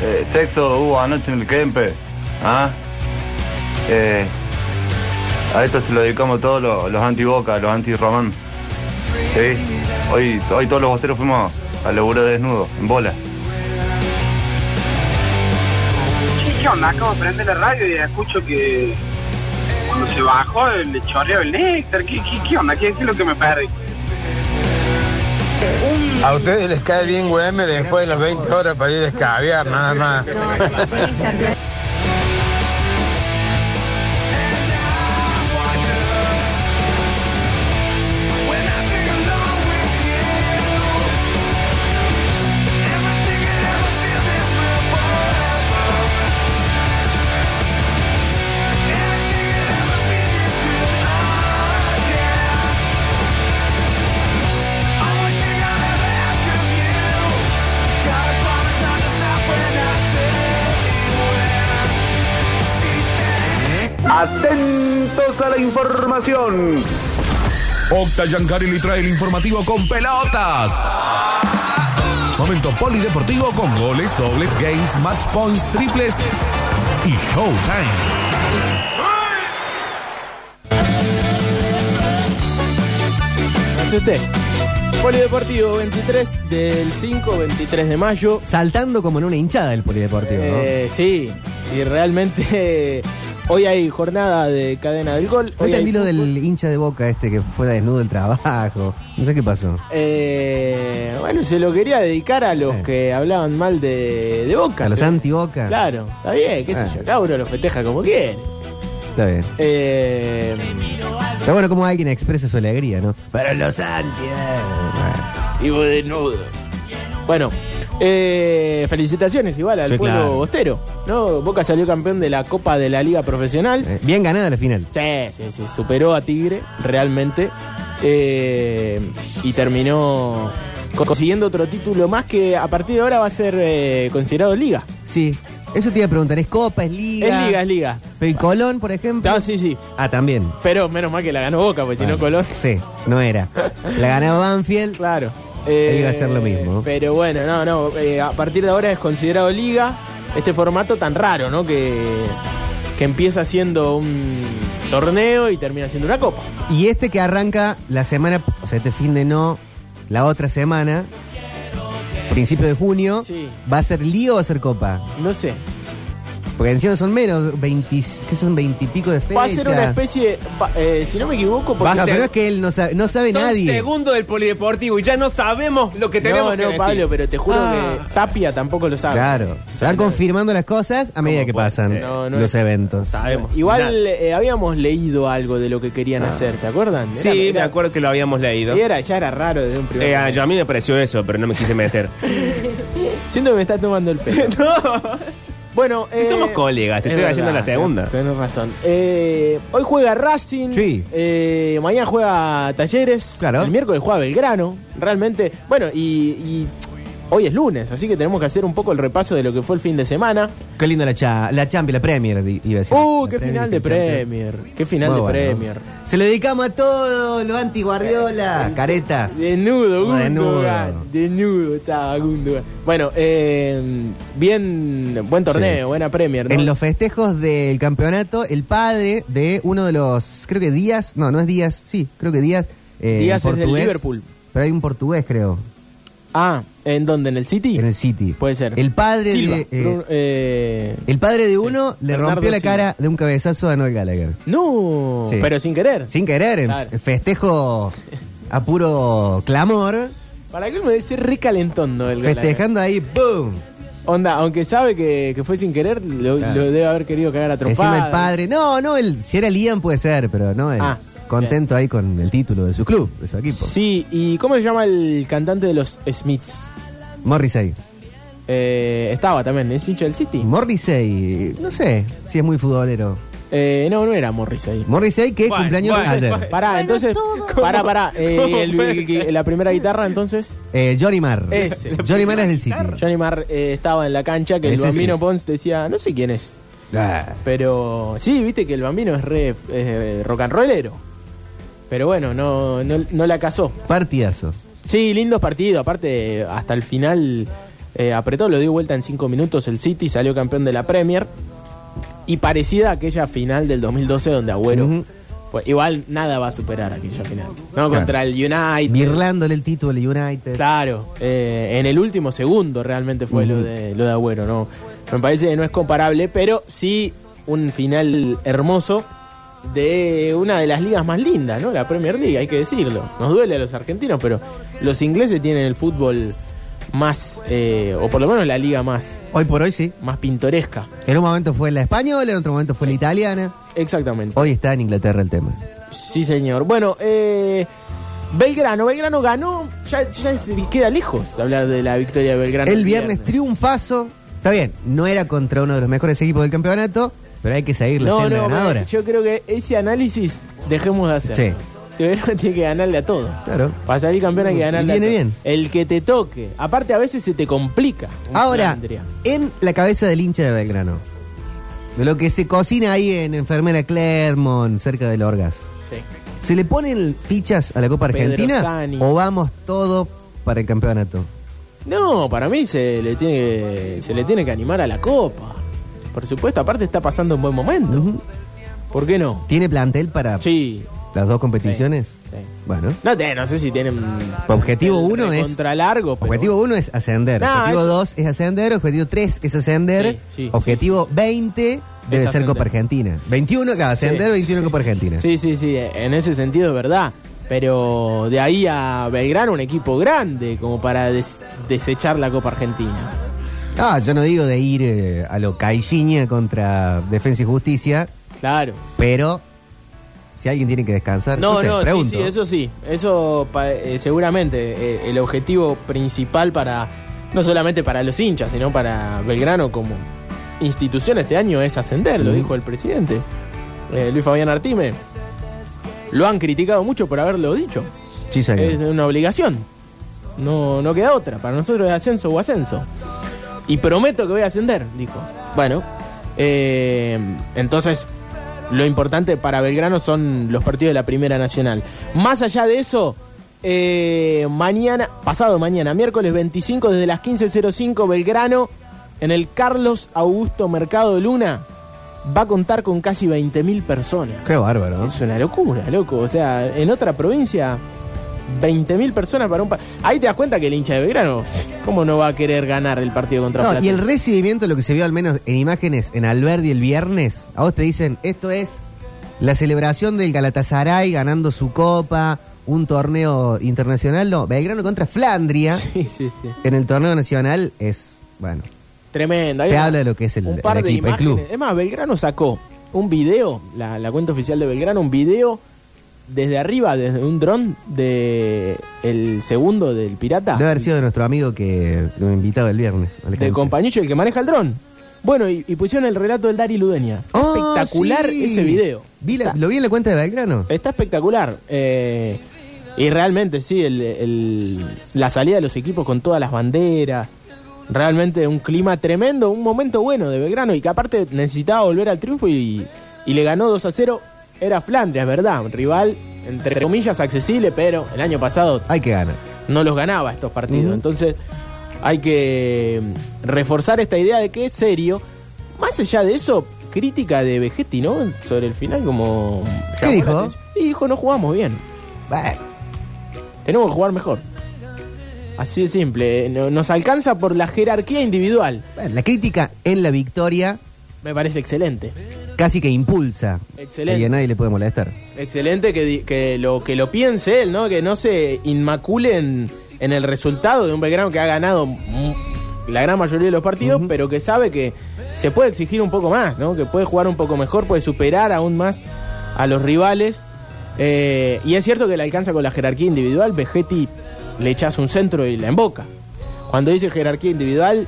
Eh, sexo hubo anoche en el Kempe. ¿Ah? Eh, a esto se lo dedicamos todos los, los anti-boca, los anti-román. ¿Sí? Hoy, hoy todos los bosteros fuimos al laburo de desnudo, en bola. Sí, ¿Qué onda? Acabo de prender la radio y escucho que cuando se bajó le chorreó el néctar. ¿Qué, qué, qué onda? ¿Qué, qué es lo que me perdí? A ustedes les cae bien UM después de las 20 horas para ir a escabiar, nada más. Atentos a la información. Octa Yancari le trae el informativo con pelotas. Momento polideportivo con goles, dobles, games, match points, triples y showtime. Hace usted. Polideportivo 23 del 5, 23 de mayo. Saltando como en una hinchada el polideportivo, ¿no? Eh, sí, y realmente hoy hay jornada de cadena del gol. No hoy hay entendí lo fútbol. del hincha de boca este que fue desnudo del trabajo. No sé qué pasó. Eh, bueno, se lo quería dedicar a los Eh. que hablaban mal de, de Boca. A los Pero- anti-Boca. Claro, está bien, qué sé Ah. yo. Cada uno lo festeja como quiere. Está bien. Eh, Está bueno como alguien expresa su alegría, ¿no? Pero los anti. eh, bueno. y vos desnudo. Bueno, eh, felicitaciones igual al Sí, pueblo claro. bostero. ¿no? Boca salió campeón de la Copa de la Liga Profesional. Eh, Bien ganada la final. Sí, sí, sí, superó a Tigre realmente eh, y terminó co- consiguiendo otro título más que a partir de ahora va a ser eh, considerado liga. Sí. Eso te iba a preguntar. ¿Es Copa? ¿Es Liga? Es liga, es liga. Pero ¿y Colón, por ejemplo? No, sí, sí, Ah, también. pero menos mal que la ganó Boca, porque si no Bueno, Colón, Sí, no era. La ganaba Banfield. claro. Eh, Él iba a hacer lo mismo. Pero bueno, no, no, eh, a partir de ahora es considerado liga este formato tan raro, ¿no? Que, que empieza siendo un torneo y termina siendo una copa. Y este que arranca la semana, o sea, este fin de no, la otra semana, principio de junio, Sí. ¿va a ser lío o va a ser copa? No sé, Porque encima son menos, 20, ¿qué son 20 y pico de fechas? va a ser una especie, va- eh, si no me equivoco, porque Va no, pero es que él no sabe, no sabe Son nadie. segundo del polideportivo y ya no sabemos lo que tenemos no, que no, decir. Pablo, pero te juro Ah. que Tapia tampoco lo sabe. Claro, se van confirmando las cosas a medida que puede pasan ser? No, no los es- eventos. Sabemos. Nada. Igual eh, habíamos leído algo de lo que querían hacer, ¿se acuerdan? Era- Ah. Sí, me era- acuerdo que lo habíamos leído. y era, ya era raro desde un primer Eh, a, momento. a mí me pareció eso, pero no me quise meter. Siento que me está tomando el pelo. Bueno, eh, Si somos colegas, te es estoy haciendo verdad, la segunda. Tenés razón. Eh, hoy juega Racing. Sí. eh, mañana juega Talleres. Claro. El miércoles juega Belgrano. Realmente. Bueno, y, y hoy es lunes, así que tenemos que hacer un poco el repaso de lo que fue el fin de semana. Qué linda la, cha, la Champions, la Premier, di- iba a decir. Uh, La qué Premier, final de Champions. Premier. Qué final Muy de bueno. Premier. Eh, Se lo dedicamos a todos los anti-Guardiola, caretas. Desnudo, Desnudo. Gundogan. Desnudo estaba Gundogan. Bueno, eh, bien, buen torneo, Sí. buena Premier. ¿no? En los festejos del campeonato, el padre de uno de los, creo que Díaz, no, no es Díaz, sí, creo que Díaz. eh, Díaz es del Liverpool. Pero hay un portugués, creo, Ah, ¿en dónde? ¿En el City? en el City. Puede ser. El padre Silva. de... eh, Bruno- eh, el padre de uno le Bernardo rompió la Silva. cara de un cabezazo a Noel Gallagher. no, Sí. pero sin querer. Sin querer, en Claro. en festejo a puro clamor, ¿Para qué me dice recalentando el Gallagher? festejando ahí, ¡boom! Onda, aunque sabe que, que fue sin querer, lo, Claro. lo debe haber querido cagar a trompadas. Encima el padre, no, no, el, si era Liam puede ser, pero no, el- Ah, contento ahí con el título de su club, de su equipo. Sí, ¿y cómo se llama el cantante de los Smiths? Morrissey. Eh, estaba también, ¿es hincha del City? Morrissey, no sé si es muy futbolero. Eh, no, no era Morrissey. Morrissey que es Bueno, cumpleaños bueno, ayer. bueno. Pará, Bueno, entonces. todo. Pará, pará. eh, ¿Cómo el- puede ser? el- la primera guitarra, entonces. Eh, Johnny Marr. Ese. Johnny Marr es del City. Johnny Marr eh, estaba en la cancha que el Ese bambino sí. Pons decía, no sé quién es. Ah, Pero sí, viste que el bambino es re es rock and rollero. Pero bueno, no, no, no la casó. partidazo. Sí, lindos partidos. Aparte, hasta el final eh, apretó, lo dio vuelta en cinco minutos el City, salió campeón de la Premier. Y parecida a aquella final del 2012 donde Agüero... Ujú. fue- igual nada va a superar aquella final. No, contra el United. Birlándole el título al United. Este. Claro, eh, en el último segundo realmente fue lo, de, lo de Agüero, ¿no? Me parece que no es comparable, pero sí un final hermoso de una de las ligas más lindas, ¿no? La Premier League, hay que decirlo. Nos duele a los argentinos, pero los ingleses tienen el fútbol más, eh, o por lo menos la liga más, Hoy por hoy sí. más pintoresca. En un momento fue la española, en otro momento fue la italiana. Exactamente. Hoy está en Inglaterra el tema. Sí, señor. Bueno, eh, Belgrano, Belgrano ganó, ya, ya se queda lejos hablar de la victoria de Belgrano. El viernes triunfazo. Está bien, no era contra uno de los mejores equipos del campeonato, pero hay que seguir la No, senda no, ganadora. yo creo que ese análisis dejemos de hacer. Sí. Belgrano tiene que ganarle a todos. Claro. Mm, Para salir campeón hay que ganarle Viene a todos. bien. El que te toque. Aparte, a veces se te complica. un Ahora, Flandria. en la cabeza del hincha de Belgrano, de lo que se cocina ahí en Enfermera Clermont, cerca del Orgas, Sí. ¿se le ponen fichas a la Copa Pedro Argentina Sani. o vamos todo para el campeonato? No, para mí se le, tiene que, se le tiene que animar a la copa. Por supuesto, aparte está pasando un buen momento. Ujú. ¿Por qué no? ¿Tiene plantel para Sí. las dos competiciones? sí. Bueno, No, te- no sé si tienen. Objetivo el uno es- Contra largo. pero- objetivo 1 es ascender, No, objetivo eso- 2 es ascender, objetivo 3 es ascender, Sí, sí, objetivo 20 debe ser ascender. Copa Argentina. 21, claro, Sí. ascender, 21 Copa Argentina. Sí, sí, sí, en ese sentido es verdad. Pero de ahí a Belgrano, un equipo grande como para des- desechar la Copa Argentina. Ah, yo no digo de ir eh, a lo Caixinha contra Defensa y Justicia, Claro. pero si alguien tiene que descansar, No, sé, no, sí, pregunto. sí, eso sí. Eso pa- eh, seguramente eh, el objetivo principal para, no solamente para los hinchas, sino para Belgrano como institución este año es ascender, lo dijo el presidente. eh, Luis Fabián Artime. Lo han criticado mucho por haberlo dicho. Sí, señor. Es eh, una obligación. No, no queda otra. Para nosotros es ascenso o ascenso. Y prometo que voy a ascender, dijo. Bueno, eh, entonces lo importante para Belgrano son los partidos de la Primera Nacional. Más allá de eso, eh, mañana, pasado mañana, miércoles 25 desde las 15.05, Belgrano en el Carlos Augusto Mercado Luna va a contar con casi 20.000 personas. Qué bárbaro, ¿no? Es una locura, loco. O sea, en otra provincia, 20.000 personas para un partido. Ahí te das cuenta que el hincha de Belgrano, ¿cómo no va a querer ganar el partido contra No, Platense? y el recibimiento, lo que se vio al menos en imágenes en Alberdi el viernes, a vos te dicen, esto es la celebración del Galatasaray ganando su copa, un torneo internacional, no, Belgrano contra Flandria Sí, sí, sí. en el torneo nacional es, bueno, Tremendo. Ahí Te va. habla de lo que es el- un par el de equipo, el imágenes. club. Es más, Belgrano sacó un video, la, la cuenta oficial de Belgrano, un video desde arriba, desde un dron de el segundo del pirata. debe haber sido de nuestro amigo que lo invitaba el viernes. a la Ah. de cancha. compañero el que maneja el dron. Bueno, y, y pusieron el relato del Dari Ludeña. ¡Oh, Espectacular sí! ese video. Vi la- Está- ¿Lo vi en la cuenta de Belgrano? Está espectacular. eh, y realmente, sí, el- el- la salida de los equipos con todas las banderas. Realmente un clima tremendo, un momento bueno de Belgrano y que aparte necesitaba volver al triunfo y, y le ganó 2 a 0. Era Flandria, es verdad, un rival entre comillas accesible, pero el año pasado Hay que ganar. no los ganaba estos partidos. Ujú. Entonces hay que mm, reforzar esta idea de que es serio. Más allá de eso, crítica de Vegetti, ¿no? Sobre el final, como... ¿Qué llamó la dijo? atención. Y dijo, no jugamos bien. Bueno, Tenemos que jugar mejor. Así de simple. eh, no- Nos alcanza por la jerarquía individual. bueno, la crítica en la victoria Me parece excelente. casi que impulsa. Excelente. Y a nadie le puede molestar. Excelente que, di- que lo, que lo piense él, ¿no? Que no se inmacule en, en el resultado de un Belgrano que ha ganado mu- la gran mayoría de los partidos, pero que sabe que se puede exigir un poco más, ¿no? Que puede jugar un poco mejor, puede superar aún más a los rivales. Eh, y es cierto que le alcanza con la jerarquía individual. Vegetti le echas un centro y la emboca. Cuando dice jerarquía individual,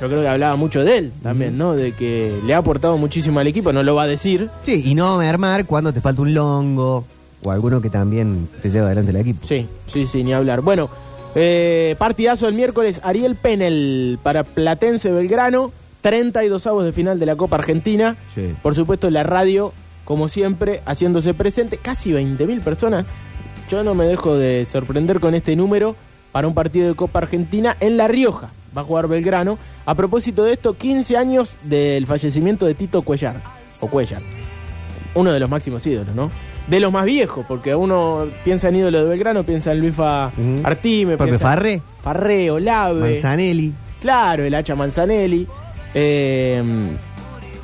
yo creo que hablaba mucho de él también, ¿no? De que le ha aportado muchísimo al equipo, no lo va a decir. Sí, y no mermar cuando te falta un longo o alguno que también te lleva adelante el equipo. Sí, sí, sí, ni hablar. Bueno, eh, partidazo el miércoles, Ariel Penel para Platense Belgrano, 32 avos de final de la Copa Argentina. Sí. Por supuesto, la radio, como siempre, haciéndose presente, casi 20.000 personas. Yo no me dejo de sorprender con este número. para un partido de Copa Argentina en La Rioja. Va a jugar Belgrano. A propósito de esto, 15 años del fallecimiento de Tito Cuellar. O Cuellar. Uno de los máximos ídolos, ¿no? De los más viejos, porque uno piensa en ídolo de Belgrano, piensa en Luifa Ujú. Artime. Pepe piensa- Farré. Farré, Olave. Manzanelli. Claro, el hacha Manzanelli. Eh,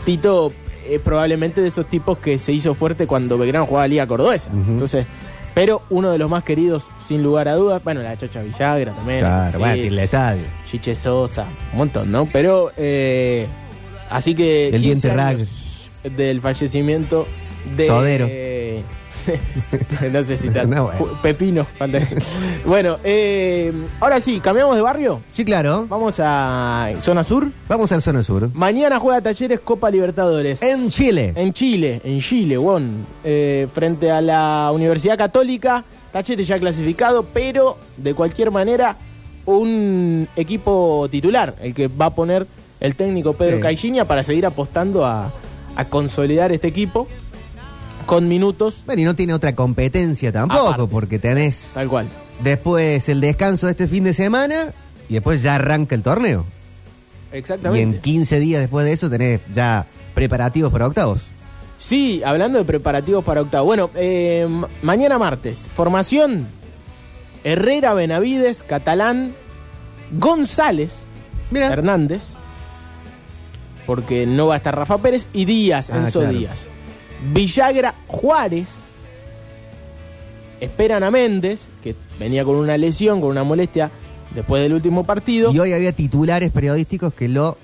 Tito eh, probablemente de esos tipos que se hizo fuerte cuando Belgrano jugaba Liga Cordobesa. Ujú. Entonces, pero uno de los más queridos, sin lugar a dudas, bueno, la Chocha Villagra también. Claro, sí, bueno, tiene el estadio. Chiche Sosa, un montón, ¿no? Pero, eh, así que... El 15 diente Rag. años Del fallecimiento de... Sodero. no sé si tal. No, bueno. Pepino. falta- bueno, eh, ahora sí, ¿cambiamos de barrio? Sí, claro. Vamos a Zona Sur. Vamos al Zona Sur. Mañana juega Talleres Copa Libertadores. En Chile. En Chile, en Chile, Won. Eh, frente a la Universidad Católica. Talleres ya clasificado, pero de cualquier manera, un equipo titular, el que va a poner el técnico Pedro Sí. Caixinha para seguir apostando a, a consolidar este equipo con minutos, Bueno, y no tiene otra competencia tampoco, Aparte. porque tenés tal cual. después el descanso de este fin de semana y después ya arranca el torneo. Y Exactamente. en 15 días después de eso tenés ya preparativos para octavos. Sí, hablando de preparativos para octavo. Bueno, eh, ma- mañana martes, formación Herrera, Benavides, Catalán, González, Mira, Hernández, porque no va a estar Rafa Pérez, y Díaz, Ah, Enzo claro. Díaz. Villagra, Juárez, esperan a Méndez, que venía con una lesión, con una molestia después del último partido. y hoy había titulares periodísticos que lo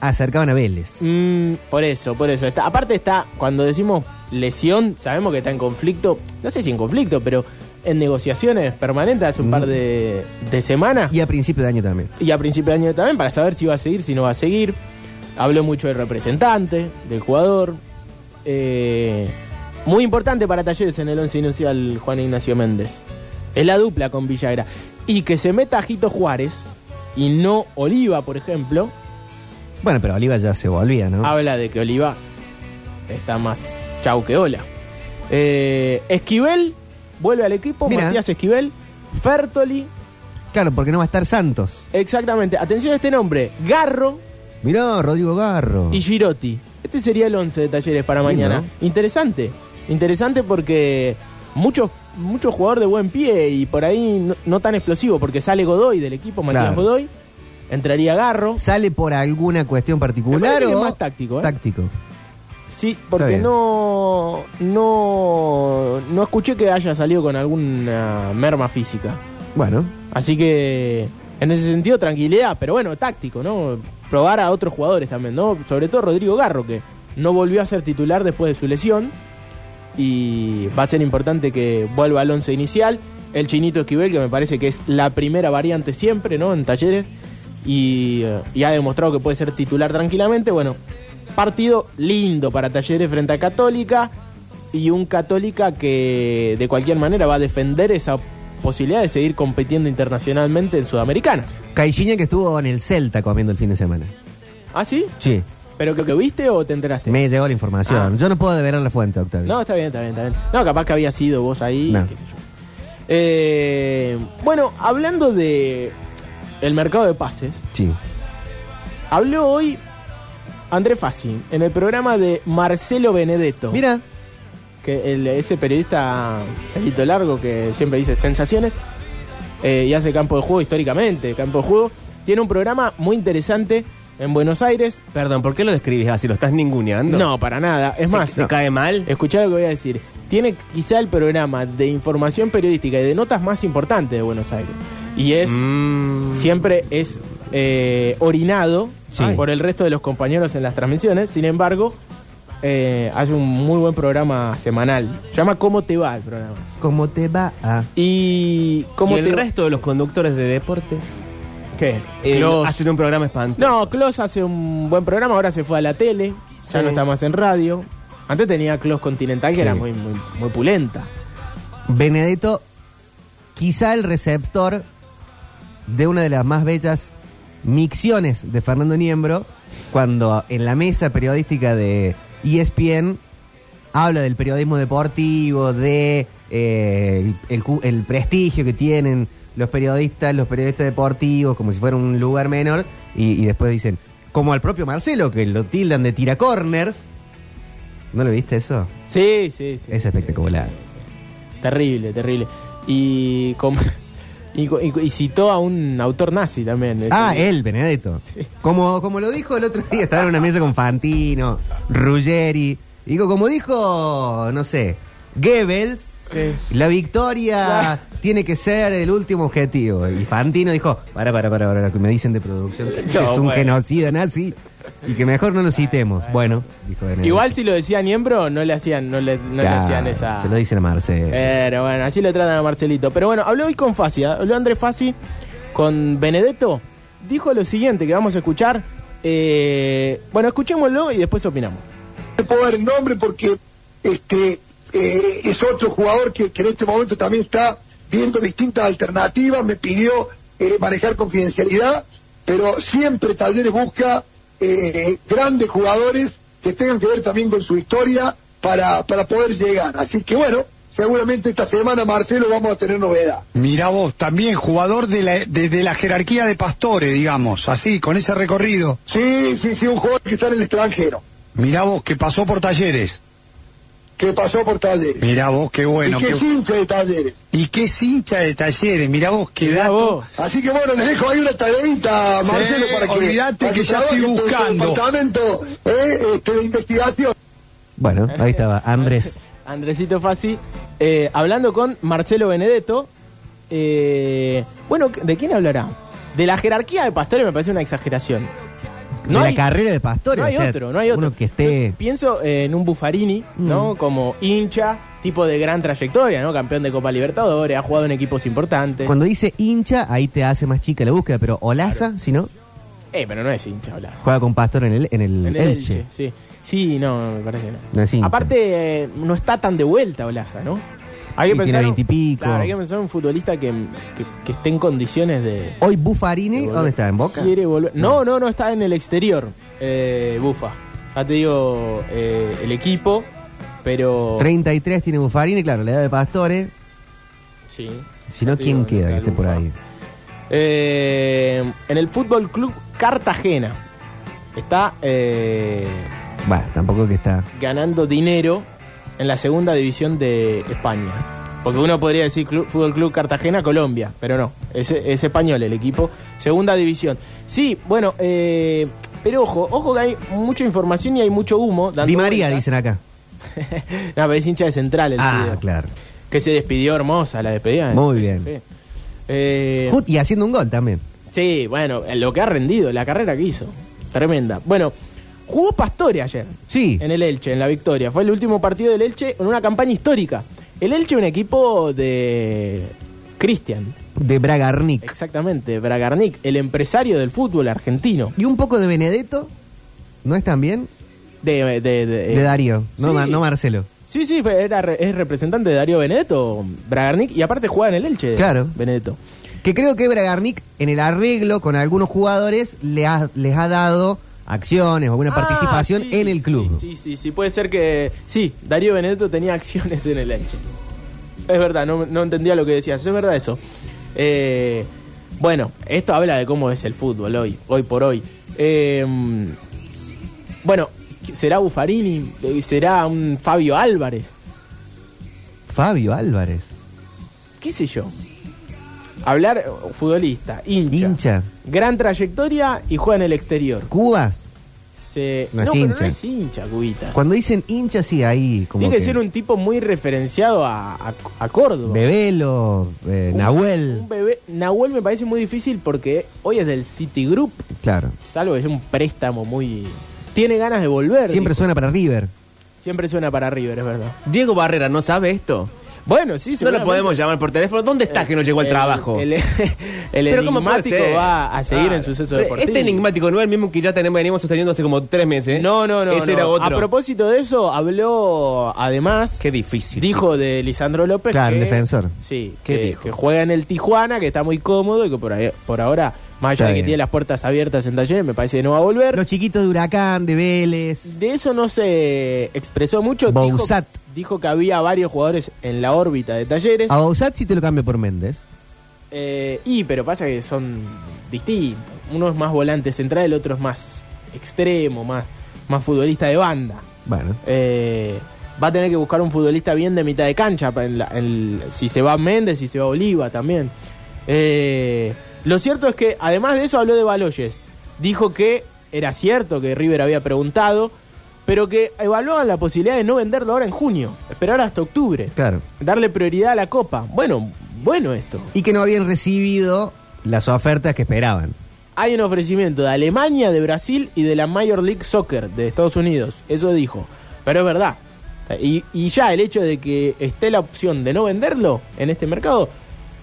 acercaban a Vélez. Mm, por eso, por eso. Está, aparte está, cuando decimos lesión, sabemos que está en conflicto, no sé si en conflicto, pero en negociaciones permanentes hace un par de, de semanas Y a principio de año también. y a principio de año también para saber si va a seguir, si no va a seguir. Habló mucho del representante, del jugador. Eh, muy importante para Talleres en el 11 inicial Juan Ignacio Méndez. Es la dupla con Villagra. Y que se meta Jito Juárez y no Oliva, por ejemplo, Bueno, pero Oliva ya se volvía, ¿no? habla de que Oliva está más chau que hola. Eh, Esquivel vuelve al equipo, Mirá. Matías Esquivel, Fertoli, Claro, porque no va a estar Santos. exactamente, atención a este nombre, Garro Mirá, Rodrigo Garro. y Girotti. Este sería el 11 de talleres para Lindo, mañana. Interesante, interesante porque muchos mucho jugador de buen pie y por ahí no, no tan explosivo, porque sale Godoy del equipo, Matías Claro. Godoy, entraría Garro. ¿Sale por alguna cuestión Me particular parece que es o más táctico, ¿eh? táctico? Sí, Está porque bien. no, no, no escuché que haya salido con alguna merma física. Bueno, Así que, en ese sentido, tranquilidad, pero bueno, táctico, ¿no? Probar a otros jugadores también, ¿no? Sobre todo Rodrigo Garro, que no volvió a ser titular después de su lesión. Y va a ser importante que vuelva al once inicial. El Chinito Esquivel, que me parece que es la primera variante siempre, ¿no? En talleres. Y, eh, y ha demostrado que puede ser titular tranquilamente. Bueno, partido lindo para talleres frente a Católica. Y un Católica que de cualquier manera va a defender esa posibilidad de seguir compitiendo internacionalmente en Sudamericana. Caixinha que estuvo en el Celta comiendo el fin de semana. ¿Ah, sí? Sí, ¿Pero que, que viste o te enteraste? me llegó la información. Ah. Yo no puedo deverar la fuente, Octavio. No, está bien, está bien, está bien. No, capaz que había sido vos ahí. No. qué sé yo. Eh, bueno, hablando de el mercado de pases, Sí. habló hoy André Fassi en el programa de Marcelo Benedetto. Mira, que el- ese periodista pelito largo que siempre dice sensaciones eh, y hace campo de juego históricamente, campo de juego, tiene un programa muy interesante en Buenos Aires. Perdón, ¿por qué lo describís así? ¿Lo estás ninguneando? No, para nada, es ¿Te, más, te cae mal? escuchá lo que voy a decir. Tiene quizá el programa de información periodística y de notas más importante de Buenos Aires. Y es, Mm. siempre es eh, orinado Sí. por el resto de los compañeros en las transmisiones. Sin embargo, eh, hace un muy buen programa semanal. Se llama ¿Cómo te va el programa? ¿cómo te va a...? Y como ¿Y el resto de los conductores de deportes ¿Qué? Eh, Clos. hacen un programa espantoso. No, Clos hace un buen programa, ahora se fue a la tele, ya Sí. no está más en radio. Antes tenía Clos Continental que Sí. era muy, muy, muy pulenta. Benedetto, quizá el receptor de una de las más bellas micciones de Fernando Niembro, cuando en la mesa periodística de E ESPN habla del periodismo deportivo, de eh, el, el cu- el prestigio que tienen los periodistas, los periodistas deportivos, como si fuera un lugar menor, y, y después dicen, como al propio Marcelo, que lo tildan de tira corners. ¿No lo viste eso? Sí, sí, sí. Es espectacular. Terrible, terrible. Y, com- y, co- y co- y citó a un autor nazi también. Ah, Ese- él, Benedetto. Como, como lo dijo el otro día, estaba en una mesa con Fantino, Ruggeri. Digo, como dijo, no sé, Goebbels, Sí. la victoria tiene que ser el último objetivo. Y Fantino dijo, para, para, para, para, que me dicen de producción que ese No, es un bueno. genocida nazi y que mejor no lo citemos. Bueno, dijo Benedetto. Igual si lo decía Niembro, no le hacían, no le, no le Claro, hacían esa. Eh. Se lo dicen a Marcelo. Pero bueno, así lo tratan a Marcelito. Pero bueno, habló hoy con Fassi, ¿eh? habló Andrés Fassi con Benedetto. Dijo lo siguiente que vamos a escuchar. Eh, bueno, escuchémoslo y después opinamos. No puedo dar el nombre porque este eh, es otro jugador que, que en este momento también está viendo distintas alternativas, me pidió eh, manejar confidencialidad, pero siempre Talleres busca eh, grandes jugadores que tengan que ver también con su historia para, para poder llegar. Así que bueno, seguramente esta semana Marcelo vamos a tener novedad. Mirá vos, también jugador de la, de, de la jerarquía de Pastore, digamos, así, con ese recorrido. Sí, sí, sí, un jugador que está en el extranjero, Mirá vos que pasó por Talleres. que pasó por Talleres. Mirá vos qué bueno. y que qué- es hincha de Talleres. y qué es hincha de Talleres. Mirá vos qué Mirá dato. vos. Así que bueno, les dejo ahí una tareita, Sí, Marcelo, para que... olvídate para que ya trabajen estoy en su buscando. departamento eh, este, de investigación. Bueno, ahí estaba, Andrés. Andresito Fassi eh, hablando con Marcelo Benedetto. Eh, bueno, ¿de quién hablará? De la jerarquía de pastores me parece una exageración. De la carrera de Pastore. No hay o sea, otro, no hay otro. Uno que esté... Mm. Yo pienso eh, en un Buffarini, ¿no? Como hincha, tipo de gran trayectoria, ¿no? Campeón de Copa Libertadores, ha jugado en equipos importantes. Cuando dice hincha, ahí te hace más chica la búsqueda, pero Olaza, si no, Eh, pero no es hincha, hablas. juega con Pastor en el, en el, En el Elche. Elche, sí. Sí, no, me parece que no. No es hincha. Aparte, eh, no está tan de vuelta Olaza, ¿no? Hay Y tiene en- 20 y pico. Claro, hay que pensar en un futbolista que, que- que esté en condiciones de. Hoy de Buffarini, volver. ¿dónde está? ¿En Boca? Quiere volver. No, no, no, está en el exterior, eh, Bufa. Ya te digo eh, el equipo, pero. 33 tiene Buffarini, claro, la edad de Pastore. Sí. Si Ya no, te ¿quién digo, queda que el esté por Bufa. ahí? Eh, en el Fútbol Club Cartagena está eh, Bueno, tampoco que está. ganando dinero en la segunda división de España. Porque uno podría decir Club- Fútbol Club Cartagena, Colombia, pero no, es, es español el equipo. Segunda división. Sí, bueno, eh, pero ojo, ojo que hay mucha información y hay mucho humo. dando Di María, vueltas. dicen acá. no, pero es hincha de Central el Ah, pibe, claro. Que se despidió hermosa la despedida. del Muy PSG. bien. Eh, Jut- Y haciendo un gol también. Sí, bueno, en lo que ha rendido, la carrera que hizo. Tremenda. Bueno, jugó Pastore ayer. Sí. En el Elche, en la victoria. Fue el último partido del Elche en una campaña histórica. El Elche, un equipo de. Cristian, De Bragarnik. exactamente, Bragarnik, el empresario del fútbol argentino. Y un poco de Benedetto, ¿no es también? De, de, de- De Darío, no, Eh, Sí. Ma- no Marcelo. Sí, sí, fue- era, re- es representante de Darío Benedetto, Bragarnik, y aparte juega en el Elche. Claro. Benedetto. Que creo que Bragarnik, en el arreglo con algunos jugadores, le ha- les ha dado acciones o alguna Ah, participación sí, en el club. Sí, sí, sí, sí, puede ser que. Sí, Darío Benedetto tenía acciones en el Elche. Es verdad, no, no entendía lo que decías, es verdad eso. Eh, bueno, esto habla de cómo es el fútbol hoy, hoy por hoy. Eh, bueno, será Buffarini, Eh, será un Fabio Álvarez, Fabio Álvarez, qué sé yo. Hablar eh, futbolista, hincha, Hincha. gran trayectoria y juega en el exterior. Cubas. Se- No es pero hincha. no es hincha, Cubita. Cuando dicen hincha, sí, ahí como. Tiene que, que ser un tipo muy referenciado a, a- a Córdoba. Bebelo, eh, Un- Nahuel. un bebé- Nahuel me parece muy difícil porque hoy es del Citigroup, Claro. salvo que es un préstamo muy... Tiene ganas de volver. Siempre dijo. suena para River. Siempre suena para River, es verdad. Diego Barrera no sabe esto. Bueno, sí, No lo seguramente- Eh, podemos llamar por teléfono. ¿Dónde estás que no llegó al El- trabajo? El, el, cómo puede enigmático ser? va a seguir Claro. en suceso Pero deportivo. Este enigmático no es el mismo que ya tenemos, venimos sosteniendo hace como tres meses. No, no, no. Ese no. era otro. A propósito de eso, habló además... Qué difícil. Dijo de Lisandro López Claro, que, el defensor. Sí, ¿Qué que, dijo? que juega en el Tijuana, que está muy cómodo y que por, ahí- por ahora, más allá Está de que bien. tiene las puertas abiertas en talleres, me parece que no va a volver. Los chiquitos de Huracán, de Vélez. De eso no se expresó mucho. Dijo- Bouzat. Ah. Dijo, que había varios jugadores en la órbita de talleres. A Bausat sí te lo cambio por Méndez. Eh, y, pero pasa que son distintos. Uno es más volante central, el otro es más extremo, más, más futbolista de banda. Bueno. Eh, va a tener que buscar un futbolista bien de mitad de cancha. pa- en la- en- si se va Méndez, si se va Oliva también. Eh, lo cierto es que, además de eso, habló de Baloyes. Dijo que era cierto que River había preguntado, pero que evaluaban la posibilidad de no venderlo ahora en junio, esperar hasta octubre, Claro. darle prioridad a la Copa. Bueno, bueno esto. Y que no habían recibido las ofertas que esperaban. Hay un ofrecimiento de Alemania, de Brasil y de la Major League Soccer de Estados Unidos. Eso dijo. Pero es verdad. Y, y ya el hecho de que esté la opción de no venderlo en este mercado,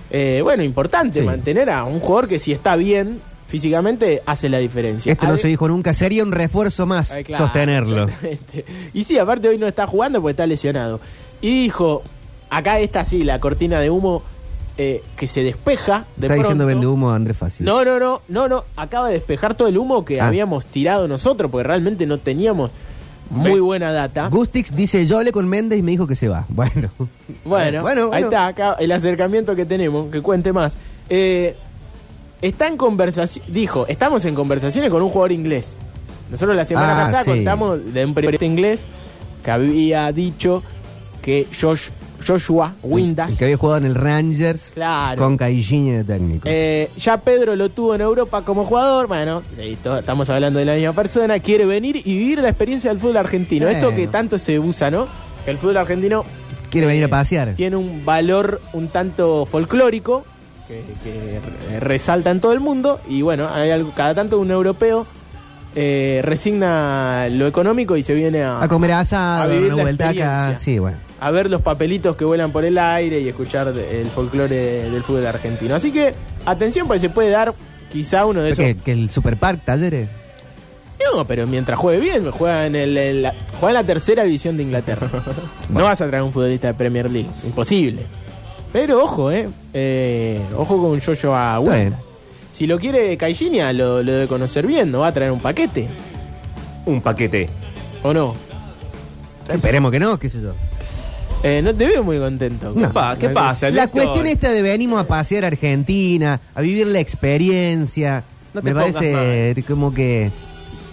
eh, bueno, importante Sí. mantener a un jugador que si está bien físicamente hace la diferencia. Esto Este no Ade- se dijo nunca. Sería un refuerzo más Ay, claro, sostenerlo. exactamente. Y sí, aparte hoy no está jugando porque está lesionado. Y dijo, acá está sí, la cortina de humo eh, que se despeja. De Está diciendo pronto. vende humo Andrés Fácil. No, no, no, no, no. Acaba de despejar todo el humo que Ah. habíamos tirado nosotros, porque realmente no teníamos muy buena data. Gustix dice, yo hablé con Méndez y me dijo que se va. Bueno. eh, Bueno, ahí está, acá el acercamiento que tenemos, que cuente más. Eh, está en conversación, dijo, estamos en conversaciones con un jugador inglés. Nosotros la semana Ah, pasada sí. contamos de un periodista inglés que había dicho que Josh- Joshua El Windas. que había jugado en el Rangers Claro. con Caillini de técnico. Eh, ya Pedro lo tuvo en Europa como jugador. Bueno, listo, estamos hablando de la misma persona. Quiere venir y vivir la experiencia del fútbol argentino. Bueno. Esto que tanto se usa, ¿no? Que el fútbol argentino Quiere venir a pasear. eh, tiene un valor un tanto folclórico que, que, eh, resalta en todo el mundo. Y bueno, hay algo, cada tanto un europeo eh, resigna lo económico y se viene a, A comer a asado, vivir una la vuelta acá. experiencia. Sí, bueno. a ver los papelitos que vuelan por el aire y escuchar de- el folclore de- del fútbol argentino. Así que atención, porque se puede dar quizá uno de esos. Que, que el Superpark Talleres. No, pero mientras juegue bien, juega en, el, en la, juega en la tercera división de Inglaterra. No vas a traer un futbolista de Premier League, imposible. Pero ojo, eh, Eh, ojo con Jojo a bien. Si lo quiere Caixinha, lo, lo debe conocer bien, no va a traer un paquete, Un paquete. ¿o no? Esperemos que no, qué sé yo. Eh, no te veo muy contento. No. Pa, ¿Qué pasa? La Víctor? cuestión esta de venimos a pasear a Argentina, a vivir la experiencia, No te me pongas parece como que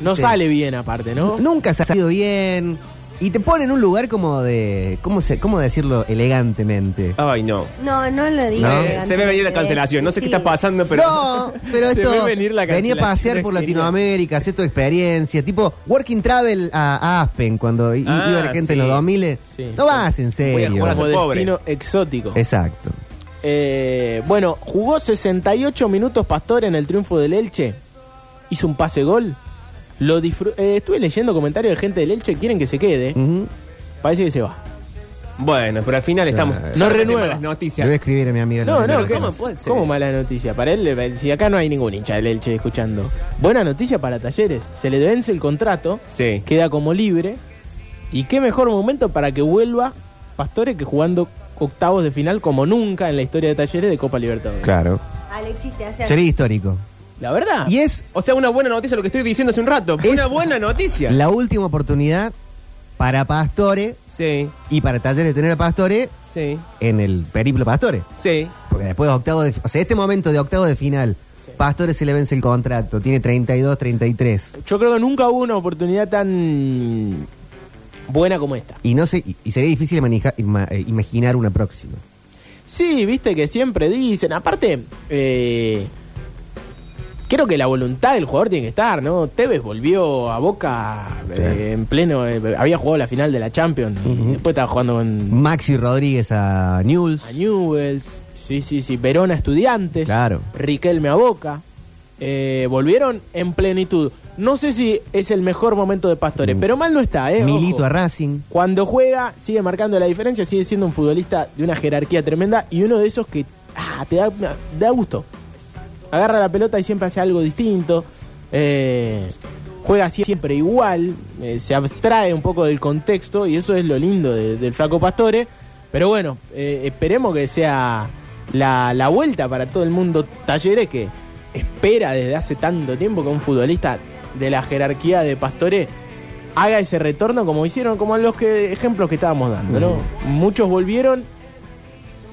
No Sí. sale bien aparte, ¿no? nunca se ha salido bien y te pone en un lugar como de, ¿cómo, se, cómo decirlo elegantemente? Ay, no. No, no lo digo. No. Eh, Se ve venir la cancelación. No sé qué está pasando, pero. no, pero Se esto, ve venir la venía a cancelación pasear por de Argentina. Latinoamérica, hacer tu experiencia, tipo working travel a Aspen cuando i- Ah, iba la gente en los sí. 2000, Sí. no vas en Voy a serio. jugar a Como ser pobre. destino exótico. Exacto. Eh, bueno, jugó 68 minutos Pastor en el triunfo del Elche. Hizo un pase gol. Lo disfru- eh, estuve leyendo comentarios de gente del Elche quieren que se quede. Ujú. Parece que se va. Bueno, pero al final estamos. No solamente renueva. malas Le voy a noticias. escribir a mi amiga. No, Lorena no, ¿qué- ¿cómo, Rojas. ¿cómo puede ser? mala noticia? Para él, eh, si acá no hay ningún hincha del Elche escuchando. Buena noticia para Talleres. Se le vence el contrato, eh, Sí. queda como libre. Y qué mejor momento para que vuelva Pastore que jugando octavos de final como nunca en la historia de Talleres de Copa Libertadores. Claro. Alexis te hace Sería histórico. La verdad. Y es O sea, una buena noticia lo que estoy diciendo hace un rato. Es- Una buena noticia. la última oportunidad para Pastore Sí, y para Talleres tener a Pastore sí, en el periplo Pastore. sí. Porque después de octavo de, o sea, este momento de octavo de final, Pastore se le vence el contrato, tiene 32, 33 Yo creo que nunca hubo una oportunidad tan buena como esta. y no sé y, y sería difícil manija- ima- eh, imaginar una próxima. Sí, viste que siempre dicen. Aparte, eh, creo que la voluntad del jugador tiene que estar, ¿no? Tevez volvió a Boca eh, en pleno. eh, había jugado la final de la Champions. y Después estaba jugando con Maxi Rodríguez a News. a Newells. Sí, sí, sí. Verona Estudiantes. Claro. Riquelme a Boca. Eh, volvieron en plenitud. No sé si es el mejor momento de Pastore, Mm. pero mal no está, ¿eh? Milito Ojo. a Racing. Cuando juega, sigue marcando la diferencia, sigue siendo un futbolista de una jerarquía tremenda y uno de esos que ah, te da, da gusto. Agarra la pelota y siempre hace algo distinto. eh, juega siempre igual. eh, se abstrae un poco del contexto y eso es lo lindo de- del Flaco Pastore. Pero bueno, eh, esperemos que sea la, la vuelta para todo el mundo Talleres que espera desde hace tanto tiempo que un futbolista de la jerarquía de Pastore haga ese retorno como hicieron, como los que, ejemplos que estábamos dando, ¿no? Muchos volvieron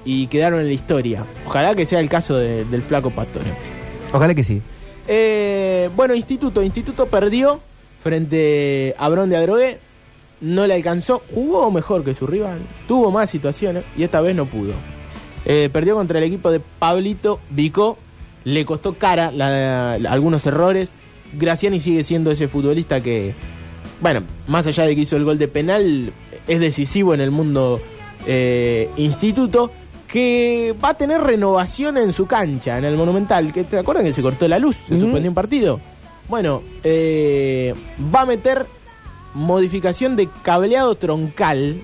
y quedaron en la historia. Ojalá que sea el caso de- del flaco Pastore. Ojalá que sí. Eh, bueno, Instituto. Instituto perdió frente a Brón de Adrogué. No le alcanzó. Jugó mejor que su rival. Tuvo más situaciones y esta vez no pudo. Eh, perdió contra el equipo de Pablito Vicó. Le costó cara la- la- algunos errores. Graciani sigue siendo ese futbolista que, bueno, más allá de que hizo el gol de penal, es decisivo en el mundo eh, instituto, que va a tener renovación en su cancha, en el Monumental. que ¿Te acuerdan que se cortó la luz? Se suspendió un partido. Bueno, eh, va a meter modificación de cableado troncal.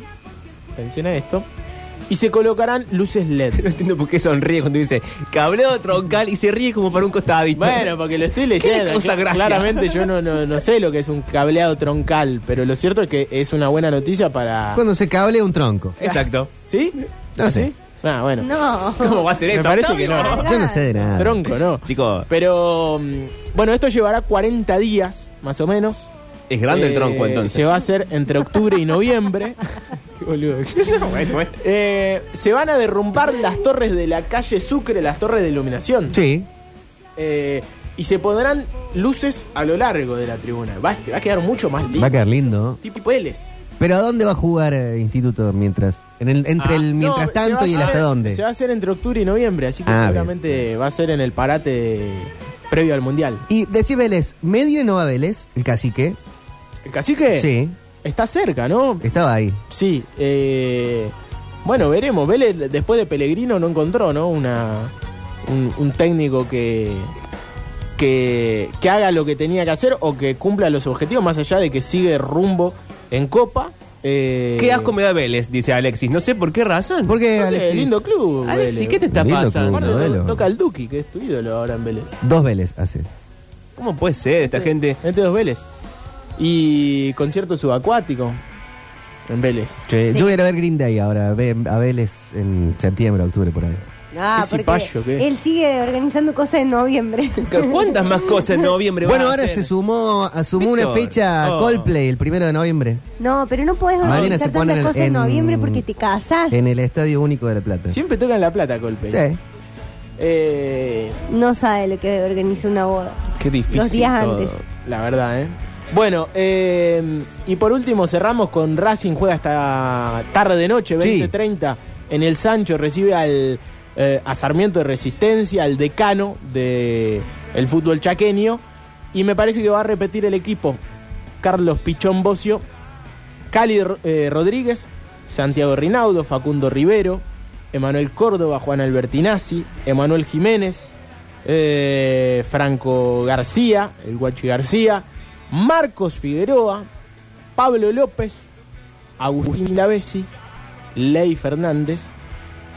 Atención a esto. Y se colocarán luces LED. No entiendo por qué sonríe cuando dice cableo troncal y se ríe como para un costadito. Bueno, porque lo estoy ¿Qué le leyendo. causa Yo- gracia? claramente yo no, no, no sé lo que es un cableado troncal, pero lo cierto es que es una buena noticia para... Cuando se cable un tronco. Exacto. ¿Sí? No sé. Ah, bueno. No. ¿Cómo va a ser Me eso? parece que no. Yo no sé de nada. Tronco, ¿no? Chicos, Pero mm, bueno, esto llevará 40 días, más o menos. es grande el Eh, tronco Se entonces. va a hacer entre octubre y noviembre. Qué boludo. Bueno, bueno. Eh, se van a derrumbar las torres de la calle Sucre, las torres de iluminación. Sí. Eh, y se pondrán luces a lo largo de la tribuna. Va, a- va a quedar mucho más lindo. Va a quedar lindo. Tipo L's. Pero ¿a dónde va a jugar eh, Instituto mientras? En el, entre Ah, el no, mientras se va tanto a y el hacer- hasta dónde. Se va a hacer entre octubre y noviembre, así que Ah, seguramente va a ser en el parate previo al Mundial. Y decía Vélez, ¿medio no va Vélez, el cacique? El cacique Sí, está cerca, ¿no? estaba ahí. Sí, eh, bueno, veremos. Vélez, después de Pellegrino, no encontró, ¿no? Una, un, un técnico que, que, que haga lo que tenía que hacer o que cumpla los objetivos, más allá de que sigue rumbo en Copa. Eh, Qué asco me da Vélez, dice Alexis. No sé por qué razón. ¿Por qué, porque Alexis? Lindo club. Alexis, Vélez. ¿qué te está Lindo pasando? club, Aparte, ¿no? to- Modelo. Toca al Duki, que es tu ídolo ahora en Vélez. Dos Vélez hace. ¿Cómo puede ser esta gente? Entre dos Vélez. Y concierto subacuático en Vélez. Che, Yo voy a ir a ver Green Day ahora, ve- a Vélez en septiembre, octubre, por ahí. No, ¿Qué Ah, porque cipayo, qué? él sigue organizando cosas en noviembre. ¿Cuántas más cosas en noviembre Bueno, van a ahora hacer? se sumó, asumó una Víctor. fecha Oh. Coldplay el primero de noviembre. No, pero no podés Marina organizar se pone en tantas el- cosas en, en- noviembre porque te casás. En el Estadio Único de La Plata. Siempre tocan la plata, golpe. Sí. Eh, No sabe lo que organiza una boda. Qué difícil. Los días todo. antes. la verdad, ¿eh? Bueno, eh, y por último cerramos con Racing juega hasta tarde noche, Sí. 20:30 en el Sancho recibe al eh, a Sarmiento de Resistencia, al decano de el fútbol chaqueño y me parece que va a repetir el equipo Carlos Pichón Bocio, Cali eh, Rodríguez, Santiago Rinaudo, Facundo Rivero, Emanuel Córdoba, Juan Albertinazzi, Emanuel Jiménez, eh, Franco García, el Guachi García, Marcos Figueroa, Pablo López, Agustín Lavesi, Ley Fernández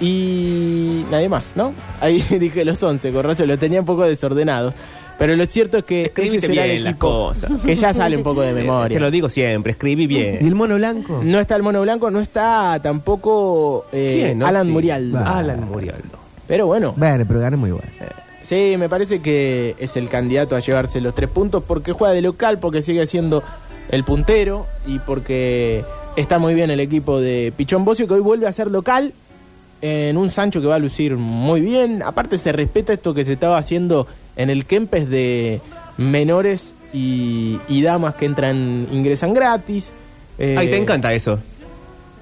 y nadie más, ¿no? Ahí dije los 11, con razón, los tenía un poco desordenados. Pero lo cierto es que Escribiste ese será el bien las equipo cosas. que ya sale un poco de Te memoria. lo digo siempre, escribí ¿Y bien. el mono blanco? No está el mono blanco, no está tampoco eh, ¿Quién, no? Alan Sí. Murialdo. Ah. Alan Murialdo. Pero bueno, Bueno, pero ganamos igual. sí, me parece que es el candidato a llevarse los tres puntos porque juega de local, porque sigue siendo el puntero y porque está muy bien el equipo de Pichón Bocio que hoy vuelve a ser local en un Sancho que va a lucir muy bien. Aparte se respeta esto que se estaba haciendo en el Kempes de menores y, y damas que entran ingresan gratis. Eh, Ay, te encanta eso.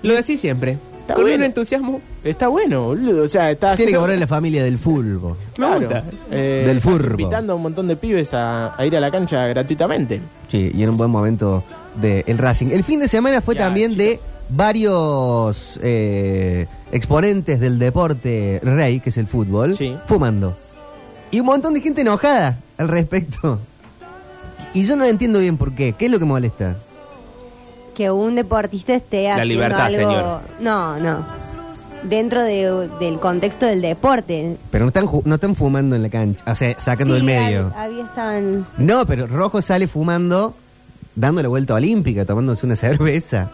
Lo decís siempre. Está Con un bueno. entusiasmo. Está bueno, boludo. O sea, está Tiene que haciendo- volver la familia del fulbo. Me gusta. Eh, Del estás furbo. invitando a un montón de pibes a, a ir a la cancha gratuitamente. Sí, y en un buen momento del Racing. El fin de semana fue Ya, también de varios eh, exponentes del deporte rey, que es el fútbol, Sí. fumando. Y un montón de gente enojada al respecto. Y yo no entiendo bien por qué. ¿Qué es lo que molesta? Que un deportista esté La haciendo libertad, algo... señor. No, no. Dentro de- del contexto del deporte. Pero no están, ju- no están fumando en la cancha, o sea, sacando Sí, del medio. hab- Había estaban... No, pero Rojo sale fumando, dando la vuelta olímpica, tomándose una cerveza.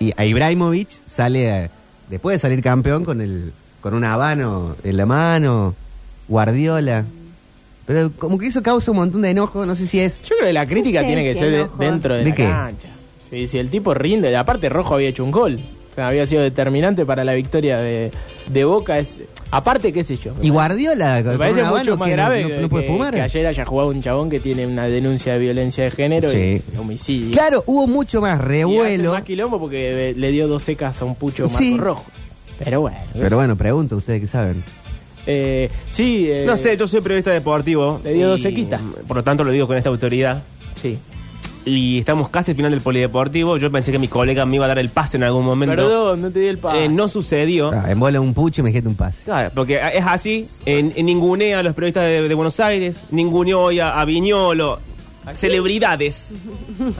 Y a Ibrahimovic sale, eh, después de salir campeón, con, el, con un habano en la mano, Guardiola. Pero como que eso causa un montón de enojo, no sé si es... Yo creo que la crítica No sé tiene que si ser de- enojo. dentro de, ¿De la qué? cancha. Sí, si el tipo rinde, aparte Rojo había hecho un gol. O sea, había sido determinante para la victoria de, de Boca. Es, aparte, qué sé yo. Y Guardiola, Me con parece un mucho habano más que no- grave no- que- no puede que- fumar. que ayer haya jugado un chabón que tiene una denuncia de violencia de género Sí. y homicidio. Claro, hubo mucho más Y hace revuelo. más quilombo porque eh, le dio dos secas a un pucho marco Sí. rojo. Pero bueno. Pero bueno, pregunto, ustedes que saben. Eh, sí. eh, No sé, yo soy periodista deportivo. Le dio y, dos sequitas. Por lo tanto, lo digo con esta autoridad. Sí. Y estamos casi al final del polideportivo. Yo pensé que mi colega me iba a dar el pase en algún momento. Perdón, no te di el paso. Eh, no sucedió. Ah, embola un pucho y me dijiste un pase. Claro, porque es así. En, en ningunea a los periodistas de, de Buenos Aires, ninguneo hoy a, a Viñolo, celebridades.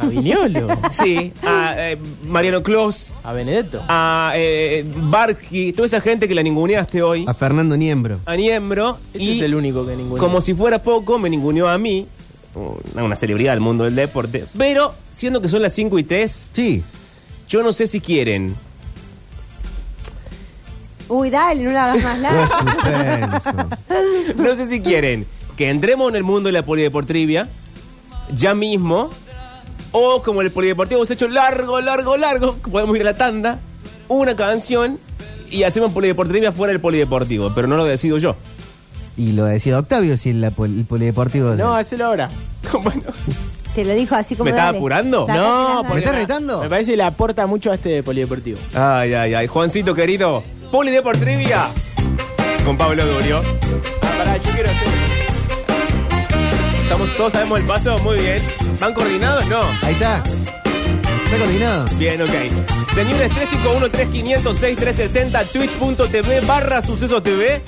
A Viñolo. Sí, a eh, Mariano Clos, a Benedetto. a eh, Barki, toda esa gente que la ninguneaste hoy, A Fernando Niembro. a Niembro. Ese y es el único que ninguno. como si fuera poco, me ninguneó a mí, una, una celebridad del mundo del deporte. Pero, siendo que son las 5 y 3, Sí. yo no sé si quieren. Uy, dale, no la hagas más Qué larga. suspenso. No sé si quieren que entremos en el mundo de la polideportrivia ya mismo. O como el polideportivo se ha hecho largo, largo, largo, que podemos ir a la tanda, una canción y hacemos polideportrivia fuera del polideportivo. Pero no lo decido yo. Y lo decía Octavio, si la pol- el polideportivo. No, hacelo ahora. Bueno, Te lo dijo así como. ¿Me estaba dale. apurando? Sácate No, las ganas. ¿Me porque- estás retando? Me parece que le aporta mucho a este polideportivo. Ay, ay, ay. Juancito querido, polideportrivia con Pablo Durio. Ah, pará, yo quiero hacer. Estamos, todos sabemos el paso, muy bien. ¿Van coordinados? No. Ahí está. Está coordinado. Bien, ok. Señores, 351-3506-360, twitch.tv barra suceso TV.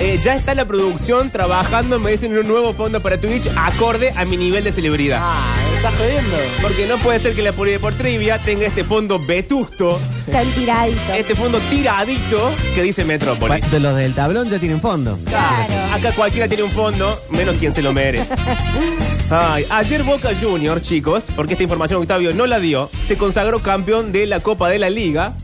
Eh, ya está la producción trabajando, me dicen, en un nuevo fondo para Twitch acorde a mi nivel de celebridad. Ah, ¿me estás jodiendo. Porque no puede ser que la Polideportrivia tenga este fondo vetusto, Tan tiradito. este fondo tiradito que dice Metrópolis. De los del tablón ya tienen fondo. Claro. Acá cualquiera tiene un fondo, menos quien se lo merece. Ay, ayer Boca Juniors, chicos, porque esta información Octavio no la dio, se consagró campeón de la Copa de la Liga.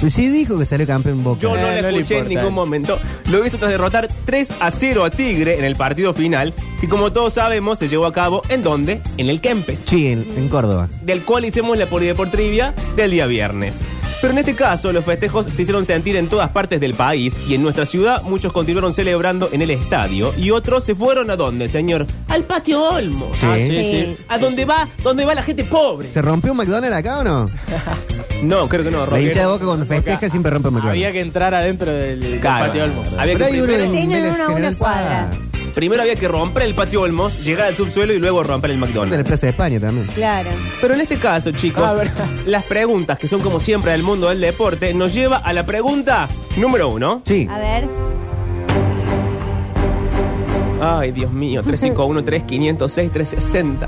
Pues sí dijo que salió campeón Boca. Yo no Eh, la no le escuché en importa. ningún momento. Lo hizo tras derrotar 3 a 0 a Tigre en el partido final, que como todos sabemos se llevó a cabo en donde? En el Kempes, Sí, en, en Córdoba. del cual hicimos la polideportrivia del día viernes. Pero en este caso, los festejos se hicieron sentir en todas partes del país y en nuestra ciudad muchos continuaron celebrando en el estadio y otros se fueron a dónde, señor? Al patio Eh, Olmos. Sí. Sí. A donde va, donde va la gente pobre. ¿Se rompió un McDonald's acá o no? No, creo que no, La Roque. hincha de Boca cuando festeja siempre rompe un McDonald's. Había que entrar adentro del, del Claro. patio Olmo. Había que Pero hay uno primero- en Tienen Vélez una- una General cuadra. Paz. Primero había que romper el patio Olmos, llegar al subsuelo y luego romper el De la McDonald's. Plaza de España también. Claro. Pero en este caso, chicos, Ah, verdad. las preguntas que son como siempre del mundo del deporte nos lleva a la pregunta número uno. Sí. A ver. Ay, Dios mío, 351-3506-360.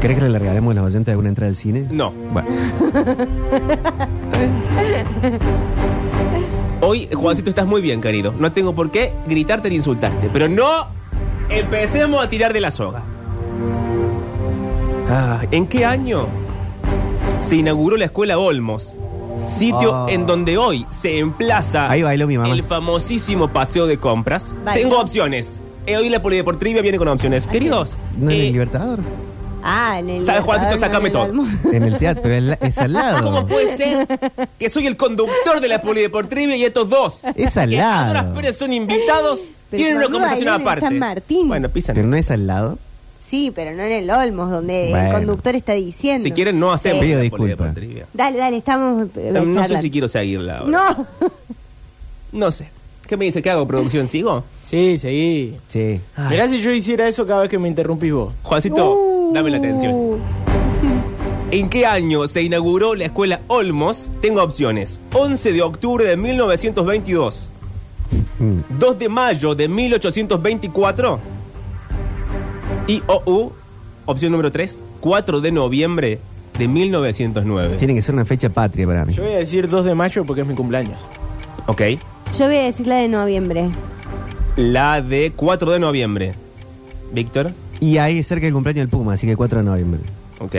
¿Crees que le largaremos a los oyentes alguna entrada al cine? No. Bueno. Hoy, Juancito, estás muy bien, querido. No tengo por qué gritarte ni insultarte. Pero no empecemos a tirar de la soga. Ah, ¿En qué año se inauguró la escuela Olmos? Sitio Ah. en donde hoy se emplaza Ahí bailó mi mamá. el famosísimo paseo de compras. Bailó. Tengo opciones. Eh, hoy la polideportiva viene con opciones. Queridos, ¿No en eh, el Libertador? Ah, en el. ¿Sabes, Juancito? Sácame Libertador, no en el todo. Almo- En el teatro, pero es, la- es al ah, ¿cómo lado. puede ser que soy el conductor de la polideportiva y estos dos? Es al que Adoras lado. Pérez son invitados, Pero tienen una boludo, conversación bailan en aparte. San Martín. Bueno, pisan. Pero no es al lado. Sí, pero no en el Olmos, donde el Bueno. conductor está diciendo. Si quieren, no hacemos. Sí. Pido la disculpas. polideportiva. Dale, dale, estamos. eh, No, sé charlando. si quiero seguirla ahora. No. No sé. ¿Qué me dice? ¿Qué hago? ¿Producción? ¿Sigo? Sí, seguí. Sí. Ah. Mirá si yo hiciera eso cada vez que me interrumpís vos. Juancito, Uh. dame la atención. ¿En qué año se inauguró la escuela Olmos? Tengo opciones. 11 de octubre de 1922. Mm. 2 de mayo de 1824. Y OU, opción número 3. 4 de noviembre de 1909. Tiene que ser una fecha patria para mí. Yo voy a decir 2 de mayo porque es mi cumpleaños. Ok. Yo voy a decir la de noviembre. La de 4 de noviembre. Víctor, Y ahí es cerca el cumpleaños del Puma, así que 4 de noviembre. ok.